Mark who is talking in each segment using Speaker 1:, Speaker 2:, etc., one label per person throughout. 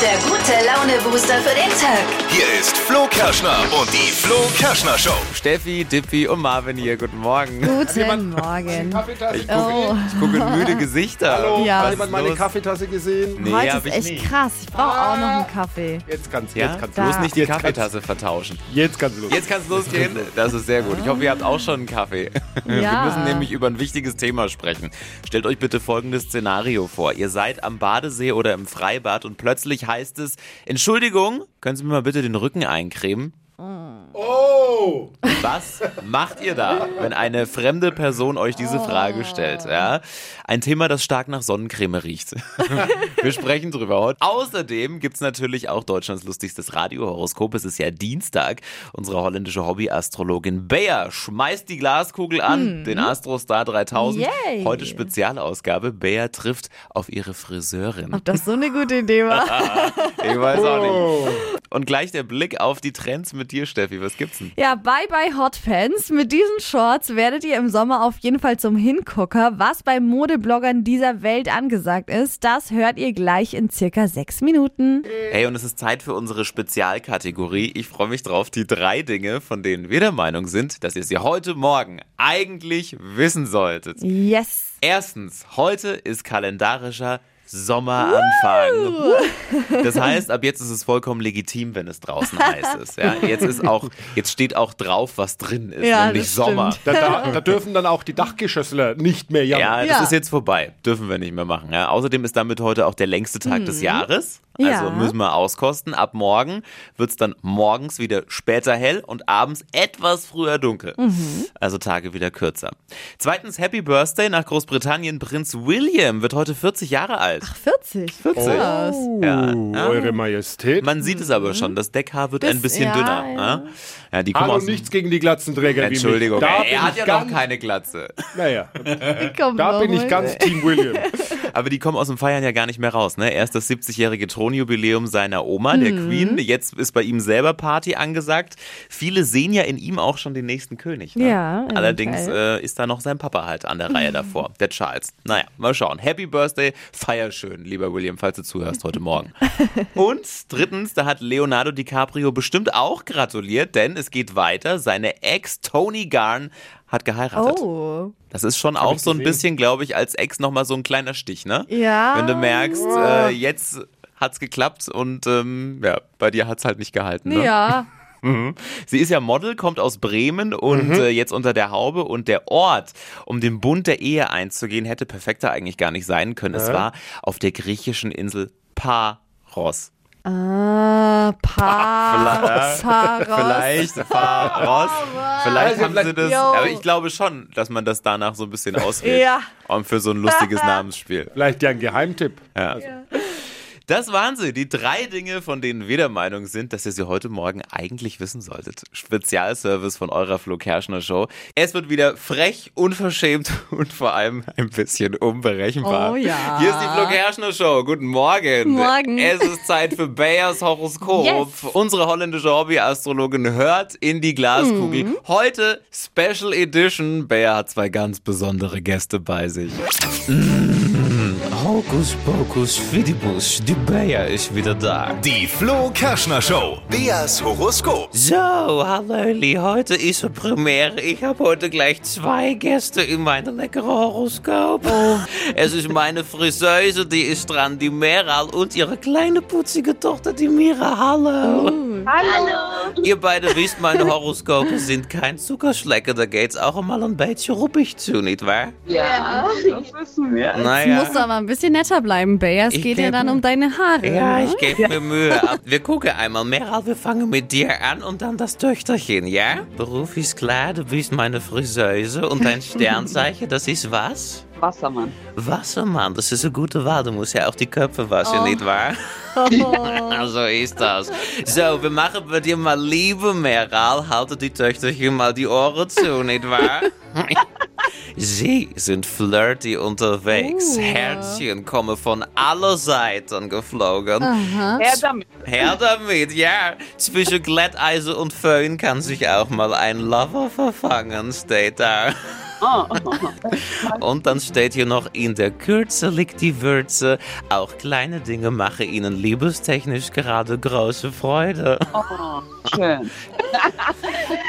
Speaker 1: der gute Laune-Booster für den Tag.
Speaker 2: Hier ist Flo Kerschner und die Flo Kerschner Show.
Speaker 3: Steffi, Dippy und Marvin hier. Guten Morgen.
Speaker 4: Guten Morgen. Oh,
Speaker 3: Ich gucke ich gucke in müde Gesichter.
Speaker 5: Hallo,
Speaker 4: Ja.
Speaker 5: hat
Speaker 3: Was
Speaker 5: jemand
Speaker 3: ist
Speaker 5: meine
Speaker 3: los?
Speaker 5: Kaffeetasse gesehen?
Speaker 3: Nee,
Speaker 4: Heute ist
Speaker 3: hab ich
Speaker 4: echt
Speaker 3: nie.
Speaker 4: krass. Ich brauche auch noch einen Kaffee.
Speaker 5: Jetzt kann's,
Speaker 3: Ja,
Speaker 5: jetzt kann's
Speaker 4: Da.
Speaker 5: los.
Speaker 3: bloß nicht die
Speaker 5: Jetzt kann's-
Speaker 3: Kaffeetasse vertauschen.
Speaker 5: Jetzt kann's los.
Speaker 3: Jetzt kann's losgehen. Das ist sehr gut. Ich hoffe, ihr habt auch schon einen Kaffee. Wir
Speaker 4: Ja.
Speaker 3: müssen nämlich über ein wichtiges Thema sprechen. Stellt euch bitte folgendes Szenario vor. Ihr seid am Badesee oder im Freibad und plötzlich heißt es, Entschuldigung, können Sie mir mal bitte den Rücken eincremen?
Speaker 5: Oh!
Speaker 3: Was macht ihr da, wenn eine fremde Person euch diese Frage stellt? Ja? Ein Thema, das stark nach Sonnencreme riecht. Wir sprechen drüber heute. Außerdem gibt's natürlich auch Deutschlands lustigstes Radiohoroskop. Es ist ja Dienstag. Unsere holländische Hobbyastrologin Bea schmeißt die Glaskugel an, den Astrostar 3000.
Speaker 4: Yay.
Speaker 3: Heute Spezialausgabe. Bea trifft auf ihre Friseurin.
Speaker 4: Ob das so eine gute Idee war?
Speaker 3: Ich weiß auch nicht.
Speaker 5: Oh.
Speaker 3: Und gleich der Blick auf die Trends mit dir, Steffi. Was gibt's denn?
Speaker 4: Ja, bye bye Hot Pants. Mit diesen Shorts werdet ihr im Sommer auf jeden Fall zum Hingucker. Was bei Modebloggern dieser Welt angesagt ist, das hört ihr gleich in circa sechs Minuten.
Speaker 3: Hey, und es ist Zeit für unsere Spezialkategorie. Ich freue mich drauf, die drei Dinge, von denen wir der Meinung sind, dass ihr sie heute Morgen eigentlich wissen solltet.
Speaker 4: Yes.
Speaker 3: Erstens, heute ist kalendarischer Sommeranfang. Das heißt, ab jetzt ist es vollkommen legitim, wenn es draußen heiß ist. Ja, jetzt ist auch, jetzt steht auch drauf, was drin ist,
Speaker 4: Ja,
Speaker 3: nämlich
Speaker 4: das
Speaker 3: Sommer.
Speaker 4: stimmt.
Speaker 5: Da, da, da dürfen dann auch die Dachgeschössler nicht mehr
Speaker 3: Ja,
Speaker 5: jammern.
Speaker 3: das
Speaker 4: Ja.
Speaker 3: ist jetzt vorbei. Dürfen wir nicht mehr machen. Ja. Außerdem ist damit heute auch der längste Tag des Jahres. Also
Speaker 4: Mhm. Ja.
Speaker 3: müssen wir auskosten. Ab morgen wird's dann morgens wieder später hell und abends etwas früher dunkel.
Speaker 4: Mhm.
Speaker 3: Also Tage wieder kürzer. Zweitens, Happy Birthday nach Großbritannien. Prinz William wird heute 40 Jahre alt.
Speaker 4: 40. 40.
Speaker 5: Oh, Eure Majestät.
Speaker 3: Man sieht es aber schon, das Deckhaar wird ein bisschen
Speaker 4: mhm. ja,
Speaker 3: dünner.
Speaker 4: ja.
Speaker 3: ne? Ja, die kommen
Speaker 5: Hallo,
Speaker 3: aus dem-
Speaker 5: nichts gegen die Glatzenträger
Speaker 3: Entschuldigung,
Speaker 5: wie mich. Da bin
Speaker 3: er hat
Speaker 5: ich
Speaker 3: ja noch
Speaker 5: ganz,
Speaker 3: keine Glatze.
Speaker 5: Naja,
Speaker 4: Komm,
Speaker 5: da bin ich
Speaker 4: Maul.
Speaker 5: ganz Team William.
Speaker 3: Aber die kommen aus dem Feiern ja gar nicht mehr raus. Ne? Erst das 70-jährige Thronjubiläum seiner Oma, der
Speaker 4: Mhm.
Speaker 3: Queen. Jetzt ist bei ihm selber Party angesagt. Viele sehen ja in ihm auch schon den nächsten König. Ne?
Speaker 4: Ja, Mhm. auf jeden
Speaker 3: Allerdings
Speaker 4: Fall.
Speaker 3: äh, ist da noch sein Papa halt an der Reihe davor, der Charles. Naja, mal schauen. Happy Birthday, feier schön, lieber William, falls du zuhörst heute Morgen. Und drittens, da hat Leonardo DiCaprio bestimmt auch gratuliert, denn es geht weiter. Seine Ex Tony Garn hat geheiratet.
Speaker 4: Oh.
Speaker 3: Das ist schon auch
Speaker 5: ich
Speaker 3: so ein
Speaker 5: gesehen.
Speaker 3: bisschen, glaube ich, als Ex nochmal so ein kleiner Stich, ne?
Speaker 4: Ja.
Speaker 3: Wenn du merkst, äh, jetzt hat's geklappt und ähm, ja, bei dir hat's halt nicht gehalten. Ne?
Speaker 4: Ja.
Speaker 3: Sie ist ja Model, kommt aus Bremen
Speaker 5: Mhm.
Speaker 3: und äh, jetzt unter der Haube und der Ort, um den Bund der Ehe einzugehen, hätte perfekter eigentlich gar nicht sein können. Es war auf der griechischen Insel Paros.
Speaker 4: Ah, Paar. Paros.
Speaker 3: Vielleicht Paros. Vielleicht
Speaker 5: Also
Speaker 3: haben sie das.
Speaker 4: Jo.
Speaker 3: Aber ich glaube schon, dass man das danach so ein bisschen auswählt.
Speaker 4: Ja.
Speaker 3: Und für so ein lustiges Namensspiel.
Speaker 5: Vielleicht ja ein Geheimtipp.
Speaker 3: Das waren sie, die drei Dinge, von denen wir der Meinung sind, dass ihr sie heute Morgen eigentlich wissen solltet. Spezialservice von eurer Flo Kerschner Show. Es wird wieder frech, unverschämt und vor allem ein bisschen unberechenbar.
Speaker 4: Oh ja.
Speaker 3: Hier ist die Flo Kerschner Show. Guten Morgen.
Speaker 4: Morgen.
Speaker 3: Es ist Zeit für Bayers Horoskop.
Speaker 4: Yes.
Speaker 3: Unsere holländische Hobbyastrologin hört in die Glaskugel. Heute Special Edition. Bayer hat zwei ganz besondere Gäste bei sich. Mm. Hokus Pokus Fidibus, die Bayer ist wieder da.
Speaker 2: Die Flo Kerschner Show. Beas Horoskop.
Speaker 3: So, Hallöli, heute ist eine Premiere. Ich habe heute gleich zwei Gäste in meinem leckeren Horoskop. Es ist meine Friseuse, die ist dran, die Meral, und ihre kleine putzige Tochter, die Mira. Hallo. Hallo. Ihr beide wisst, meine Horoskope sind kein Zuckerschlecker. Da geht's auch einmal ein bisschen ruppig zu, nicht wahr?
Speaker 4: Du musst aber ein bisschen netter bleiben, Bayer. Es
Speaker 3: Ich
Speaker 4: geht ja
Speaker 3: geb-
Speaker 4: dann um deine Haare.
Speaker 3: Mhm. Ja, ich gebe mir Mühe. Aber Wir gucken einmal, Meral, wir fangen mit dir an und dann das Töchterchen, ja? Beruf ist klar, du bist meine Friseuse und dein Sternzeichen, das ist was?
Speaker 6: Wassermann.
Speaker 3: Wassermann, das ist eine gute Wahl, du musst ja auch die Köpfe waschen, nicht wahr? so ist das. So, wir machen bei dir mal Liebe, Meral, halte die Töchterchen mal die Ohren zu, nicht wahr? Sie sind flirty unterwegs. Herzchen kommen von aller Seiten geflogen.
Speaker 6: Her damit.
Speaker 3: Her damit, ja. Zwischen Glätteisen und Föhn kann sich auch mal ein Lover verfangen, steht da. Und dann steht hier noch, in der Kürze liegt die Würze. Auch kleine Dinge mache Ihnen liebestechnisch gerade große Freude.
Speaker 6: Schön.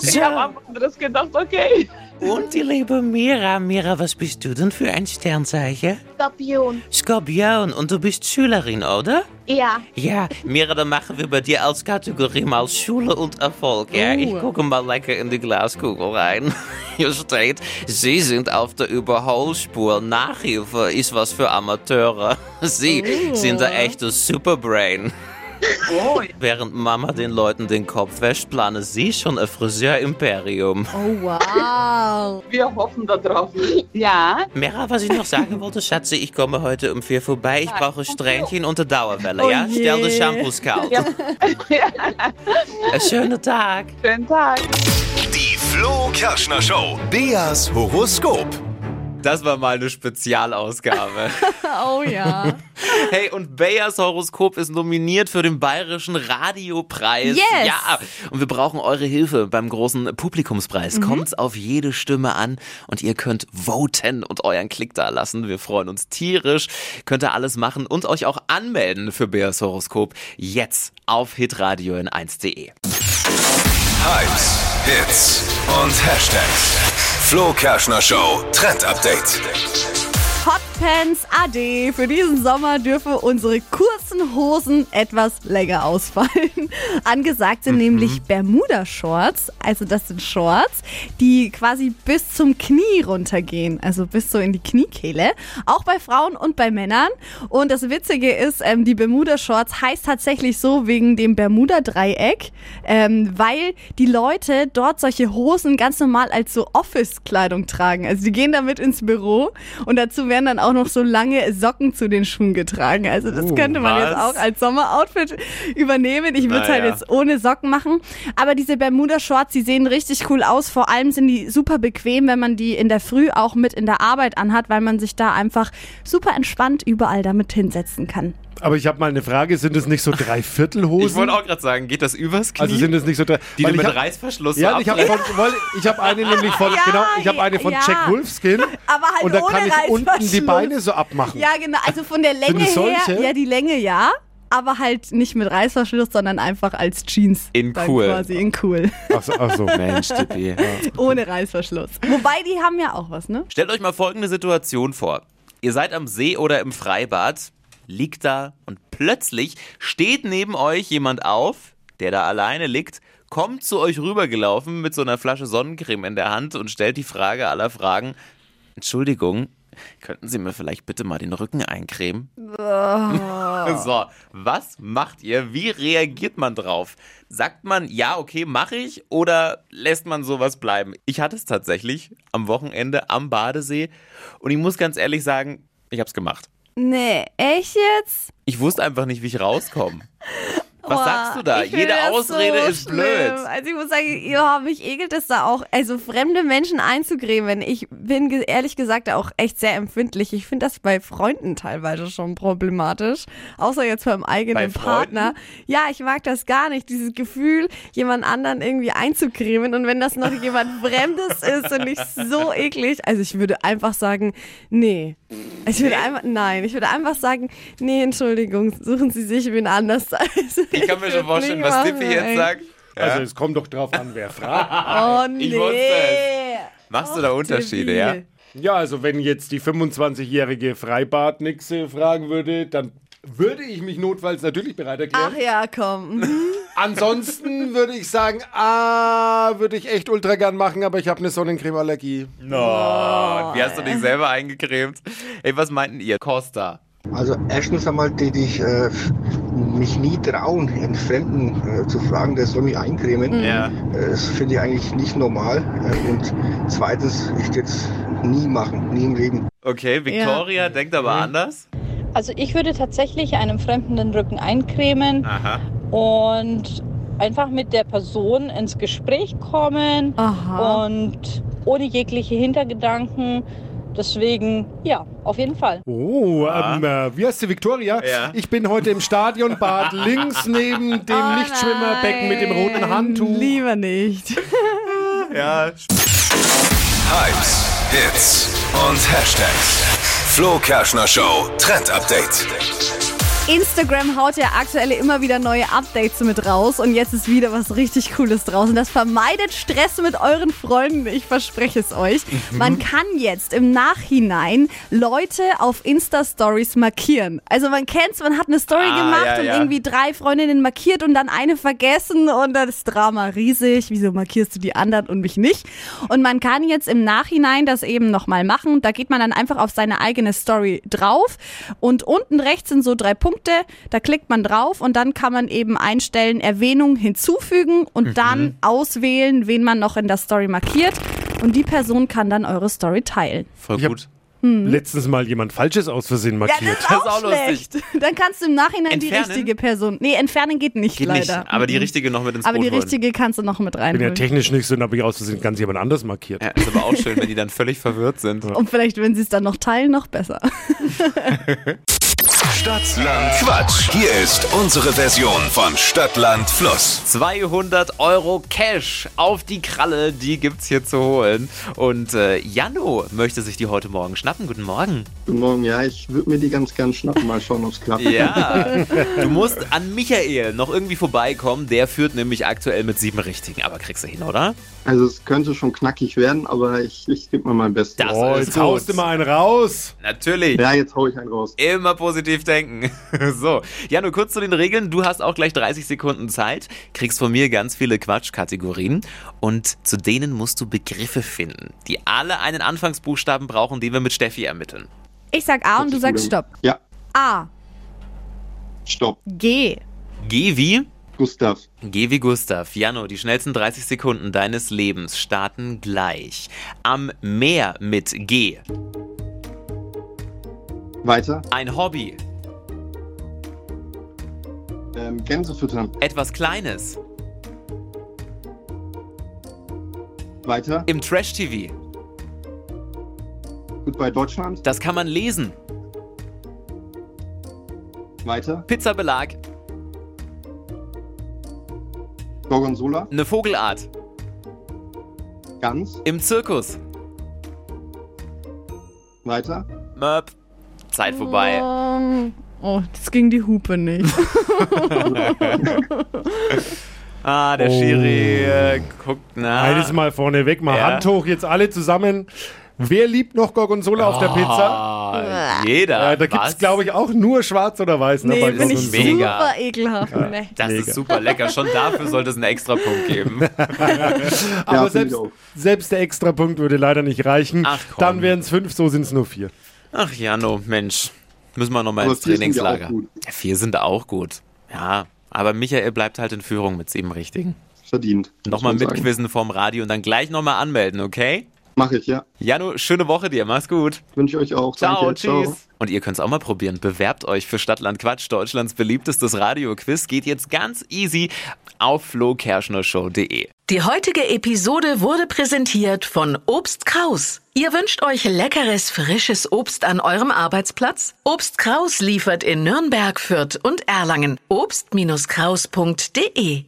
Speaker 6: Ich habe
Speaker 3: So,
Speaker 6: am anderes gedacht, okay.
Speaker 3: und die liebe Mira. Mira, was bist du denn für ein Sternzeichen?
Speaker 7: Skorpion.
Speaker 3: Skorpion. Und du bist Schülerin, oder?
Speaker 7: Ja.
Speaker 3: Ja, Mira, dann machen wir bei dir als Kategorie mal Schule und Erfolg. Ja, ich gucke mal lecker in die Glaskugel rein. Hier steht, Sie sind auf der Überholspur. Nachhilfe ist was für Amateure. Sie sind der echte Superbrain.
Speaker 6: Oh,
Speaker 3: Während Mama den Leuten den Kopf wäscht, plane sie schon ein Friseurimperium.
Speaker 4: Oh, wow.
Speaker 6: wir hoffen da drauf. Ja,
Speaker 3: Mira, was ich noch sagen wollte, Schatze, ich komme heute um vier vorbei. Ich brauche Strähnchen und eine Dauerwelle, ja?
Speaker 4: je.
Speaker 3: Stell die Shampoos kalt.
Speaker 6: Ja.
Speaker 3: Einen schönen Tag.
Speaker 6: schönen Tag.
Speaker 2: Die Flo Kerschner Show. Beas Horoskop.
Speaker 3: Das war mal eine Spezialausgabe.
Speaker 4: Oh ja.
Speaker 3: Hey, und Bayers Horoskop ist nominiert für den Bayerischen Radiopreis.
Speaker 4: Yes!
Speaker 3: Ja, und wir brauchen eure Hilfe beim großen Publikumspreis. Kommt's auf jede Stimme an und ihr könnt voten und euren Klick da lassen. Wir freuen uns tierisch. Könnt ihr alles machen und euch auch anmelden für Bayers Horoskop jetzt auf hitradio in 1.de.
Speaker 2: Hypes, Hits und Hashtags. Flo Kerschner Show Trend Update.
Speaker 4: Hotpants AD. Für diesen Sommer dürfen unsere kurzen Hosen etwas länger ausfallen. Angesagt
Speaker 3: Mhm.
Speaker 4: sind nämlich Bermuda-Shorts, also das sind Shorts, die quasi bis zum Knie runtergehen, also bis so in die Kniekehle. Auch bei Frauen und bei Männern. Und das Witzige ist, ähm, die Bermuda-Shorts heißt tatsächlich so wegen dem Bermuda-Dreieck, ähm, weil die Leute dort solche Hosen ganz normal als so Office-Kleidung tragen. Also die gehen damit ins Büro und dazu werden dann auch noch so lange Socken zu den Schuhen getragen. Also das
Speaker 3: Oh,
Speaker 4: könnte man jetzt
Speaker 3: was?
Speaker 4: auch als Sommeroutfit übernehmen. Ich würde es halt
Speaker 3: Naja.
Speaker 4: jetzt ohne Socken machen. Aber diese Bermuda-Shorts, die sehen richtig cool aus. Vor allem sind die super bequem, wenn man die in der Früh auch mit in der Arbeit anhat, weil man sich da einfach super entspannt überall damit hinsetzen kann.
Speaker 5: Aber ich habe mal eine Frage, sind es nicht so Dreiviertelhosen?
Speaker 3: auch gerade sagen, geht das übers Knie?
Speaker 5: Also sind es nicht so drei... Weil ich hab-
Speaker 3: Reißverschluss
Speaker 5: Ja, ich habe hab eine nämlich von,
Speaker 4: Ja,
Speaker 5: genau, ich habe eine von
Speaker 4: ja.
Speaker 5: Jack Wolfskin.
Speaker 4: Aber halt
Speaker 5: und da
Speaker 4: ohne
Speaker 5: kann ich unten die
Speaker 4: Reißverschluss.
Speaker 5: Beine so abmachen.
Speaker 4: Ja, genau. Also von der Länge
Speaker 5: es
Speaker 4: her,
Speaker 5: solche?
Speaker 4: ja, die Länge ja. Aber halt nicht mit Reißverschluss, sondern einfach als Jeans.
Speaker 3: In
Speaker 4: dann
Speaker 3: cool.
Speaker 4: Quasi in cool.
Speaker 5: Ach so, ach so.
Speaker 3: Mensch, Tippi.
Speaker 4: Ohne Reißverschluss. Wobei, die haben ja auch was, ne?
Speaker 3: Stellt euch mal folgende Situation vor. Ihr seid am See oder im Freibad, liegt da und plötzlich steht neben euch jemand auf, der da alleine liegt, kommt zu euch rübergelaufen mit so einer Flasche Sonnencreme in der Hand und stellt die Frage aller Fragen, Entschuldigung, könnten Sie mir vielleicht bitte mal den Rücken eincremen?
Speaker 4: Ah.
Speaker 3: So, was macht ihr? Wie reagiert man drauf? Sagt man, ja, okay, mache ich oder lässt man sowas bleiben? Ich hatte es tatsächlich am Wochenende am Badesee und ich muss ganz ehrlich sagen, ich habe es gemacht.
Speaker 4: Nee, echt jetzt?
Speaker 3: Ich wusste einfach nicht, wie ich rauskomme. Was
Speaker 4: Boah,
Speaker 3: sagst du da?
Speaker 4: ich finde
Speaker 3: Jede
Speaker 4: das
Speaker 3: Ausrede
Speaker 4: so
Speaker 3: ist blöd.
Speaker 4: schlimm. Also ich muss sagen, ja, mich ekelt es da auch, also fremde Menschen einzugremen. Ich bin ge- ehrlich gesagt da auch echt sehr empfindlich. Ich finde das bei Freunden teilweise schon problematisch. Außer jetzt beim eigenen
Speaker 3: Bei Freunden?
Speaker 4: Partner. Ja, ich mag das gar nicht, dieses Gefühl, jemand anderen irgendwie einzugremen. Und wenn das noch jemand Fremdes ist und ich so eklig, also ich würde einfach sagen, nee. Ich würde einfach, nein, ich würde einfach sagen, nee, Entschuldigung, suchen Sie sich wen anders. Also
Speaker 3: Ich kann mir schon vorstellen, was Tippi jetzt sagt.
Speaker 5: Also es kommt doch drauf an, wer
Speaker 4: Oh
Speaker 5: fragt.
Speaker 4: nee.
Speaker 3: Ich wusste es. Machst du da Unterschiede, ja?
Speaker 5: Ja, also wenn jetzt die 25-jährige Freibadnixe äh, fragen würde, dann würde ich mich notfalls natürlich bereit erklären.
Speaker 4: Ach ja, komm. Mhm.
Speaker 5: Ansonsten würde ich sagen, ah, würde ich echt ultra gern machen, aber ich habe eine Sonnencremeallergie.
Speaker 3: No. Wie hast du dich selber eingecremt? Ey, was meinten ihr? Costa.
Speaker 8: Also erstens einmal tät ich äh, mich nie trauen, einen Fremden äh, zu fragen, der soll mich eincremen.
Speaker 3: Ja.
Speaker 4: Mhm.
Speaker 8: Äh, das finde ich eigentlich nicht normal. Äh, und zweitens, ich würde es nie machen, nie im Leben.
Speaker 3: Okay, Victoria denkt aber anders.
Speaker 9: Also ich würde tatsächlich einem Fremden den Rücken eincremen
Speaker 3: Aha.
Speaker 9: und einfach mit der Person ins Gespräch kommen
Speaker 4: Aha.
Speaker 9: und ohne jegliche Hintergedanken. Deswegen, ja, auf jeden Fall.
Speaker 5: Oh,
Speaker 3: Ja.
Speaker 5: ähm, äh, wie heißt sie, Victoria?
Speaker 3: Ja.
Speaker 5: Ich bin heute im Stadionbad, links neben dem
Speaker 4: Oh
Speaker 5: Nichtschwimmerbecken mit dem roten
Speaker 4: nein,
Speaker 5: Handtuch.
Speaker 4: Lieber nicht.
Speaker 3: Ja,
Speaker 2: Hypes, Hits und Hashtags. Flo Kerschner Show Trend Update.
Speaker 4: Instagram haut ja aktuell immer wieder neue Updates mit raus und jetzt ist wieder was richtig Cooles draußen. Das vermeidet Stress mit euren Freunden, ich verspreche es euch.
Speaker 3: Mhm.
Speaker 4: Man kann jetzt im Nachhinein Leute auf Insta-Stories markieren. Also man kennt's, man hat eine Story
Speaker 3: Ah,
Speaker 4: gemacht
Speaker 3: ja,
Speaker 4: und
Speaker 3: ja.
Speaker 4: irgendwie drei Freundinnen markiert und dann eine vergessen und dann ist Drama riesig. Wieso markierst du die anderen und mich nicht? Und man kann jetzt im Nachhinein das eben nochmal machen. Da geht man dann einfach auf seine eigene Story drauf und unten rechts sind so drei Punkte. Da klickt man drauf und dann kann man eben einstellen, Erwähnung hinzufügen und
Speaker 3: Mhm.
Speaker 4: dann auswählen, wen man noch in der Story markiert. Und die Person kann dann eure Story teilen.
Speaker 3: Voll
Speaker 5: Ich hab-
Speaker 3: gut.
Speaker 5: Letztens mal jemand Falsches aus Versehen
Speaker 4: Hm. Ja, das
Speaker 5: markiert.
Speaker 4: ist auch,
Speaker 3: auch lustig.
Speaker 4: schlecht. Dann kannst du im Nachhinein
Speaker 3: Entfernen?
Speaker 4: die richtige Person. Nee, entfernen geht nicht
Speaker 3: Geht
Speaker 4: leider.
Speaker 3: nicht, aber die
Speaker 4: Mhm.
Speaker 3: richtige noch mit ins
Speaker 4: Aber
Speaker 3: Boot
Speaker 4: die
Speaker 3: holen.
Speaker 4: richtige kannst du noch mit
Speaker 5: Ich bin ja
Speaker 4: reinholen.
Speaker 5: technisch nicht so, dann habe ich aus Versehen ganz jemand anders markiert.
Speaker 3: Ja, ist aber auch schön, wenn die dann völlig verwirrt sind.
Speaker 4: Und vielleicht, wenn sie es dann noch teilen, noch besser.
Speaker 2: Stadtland Quatsch. Hier ist unsere Version von Stadtland Fluss.
Speaker 3: 200 Euro Cash auf die Kralle, die gibt's hier zu holen. Und äh, Jano möchte sich die heute Morgen schnappen. Guten Morgen.
Speaker 8: Guten Morgen, ja, ich würde mir die ganz gern schnappen, mal schauen, ob es klappt.
Speaker 3: Ja. Du musst an Michael noch irgendwie vorbeikommen. Der führt nämlich aktuell mit sieben Richtigen. Aber kriegst du hin, oder?
Speaker 8: Also es könnte schon knackig werden, aber ich, ich gebe mal mein Bestes.
Speaker 3: Das
Speaker 5: Oh,
Speaker 3: ist
Speaker 5: jetzt haust
Speaker 3: gut.
Speaker 5: du mal einen raus.
Speaker 3: Natürlich.
Speaker 8: Ja, jetzt hau ich einen raus.
Speaker 3: Immer positiv denken. So, Janu, kurz zu den Regeln. Du hast auch gleich 30 Sekunden Zeit, kriegst von mir ganz viele Quatschkategorien und zu denen musst du Begriffe finden, die alle einen Anfangsbuchstaben brauchen, den wir mit Steffi ermitteln.
Speaker 4: Ich sag A und du sagst Stopp.
Speaker 8: Ja,
Speaker 4: A,
Speaker 8: stopp.
Speaker 4: G,
Speaker 3: Geh wie?
Speaker 8: Gustav,
Speaker 3: Geh wie Gustav. Jano, die schnellsten 30 Sekunden deines Lebens starten gleich. Am Meer mit G.
Speaker 8: weiter.
Speaker 3: Ein Hobby.
Speaker 8: Ähm, Gänse füttern,
Speaker 3: Etwas Kleines.
Speaker 8: weiter.
Speaker 3: Im Trash-TV.
Speaker 8: Goodbye Deutschland,
Speaker 3: Das kann man lesen.
Speaker 8: weiter.
Speaker 3: Pizzabelag.
Speaker 8: Gorgonzola,
Speaker 3: Eine Vogelart.
Speaker 8: Gans,
Speaker 3: Im Zirkus.
Speaker 8: weiter.
Speaker 3: Möp. Zeit vorbei.
Speaker 4: Ähm, oh, das ging die Hupe nicht.
Speaker 3: Ah, der
Speaker 5: Oh.
Speaker 3: Schiri äh, guckt nach.
Speaker 5: Eines Mal vorne weg, mal
Speaker 3: Ah. Ja.
Speaker 5: Hand hoch, jetzt alle zusammen. Wer liebt noch Gorgonzola auf der Pizza?
Speaker 3: Ah, jeder.
Speaker 5: Äh, da gibt es, glaube ich, auch nur schwarz oder weiß. Ne,
Speaker 4: Nee,
Speaker 5: bei
Speaker 4: bin ich
Speaker 5: Gorgonzola.
Speaker 3: mega.
Speaker 4: super ekelhaft. ne? Nee.
Speaker 3: Das
Speaker 5: Mega.
Speaker 3: ist super lecker. Schon dafür sollte es einen Extrapunkt geben.
Speaker 5: Aber
Speaker 8: Ja, finde
Speaker 5: selbst,
Speaker 8: ich auch.
Speaker 5: selbst der Extrapunkt würde leider nicht reichen.
Speaker 3: Ach, komm.
Speaker 5: Dann wären es fünf, so sind es nur vier.
Speaker 3: Ach, Jano, Mensch. Müssen wir nochmal
Speaker 8: Aber
Speaker 3: ins
Speaker 8: vier sind ja auch
Speaker 3: Trainingslager.
Speaker 8: gut.
Speaker 3: Ja, vier sind auch gut. Ja, aber Michael bleibt halt in Führung mit sieben Richtigen.
Speaker 8: Verdient. muss
Speaker 3: Nochmal
Speaker 8: man sagen.
Speaker 3: mitquizzen vorm Radio und dann gleich nochmal anmelden, okay?
Speaker 8: Mach ich, ja.
Speaker 3: Jano, schöne Woche dir. Mach's gut.
Speaker 8: Wünsche ich euch auch.
Speaker 3: Ciao,
Speaker 8: Danke.
Speaker 3: tschüss. Und ihr könnt's auch mal probieren. Bewerbt euch für Stadtland Quatsch, Deutschlands beliebtestes Radioquiz. Geht jetzt ganz easy auf flokerschnershow.de.
Speaker 7: Die heutige Episode wurde präsentiert von Obst Kraus. Ihr wünscht euch leckeres, frisches Obst an eurem Arbeitsplatz? Obst Kraus liefert in Nürnberg, Fürth und Erlangen. Obst-Kraus.de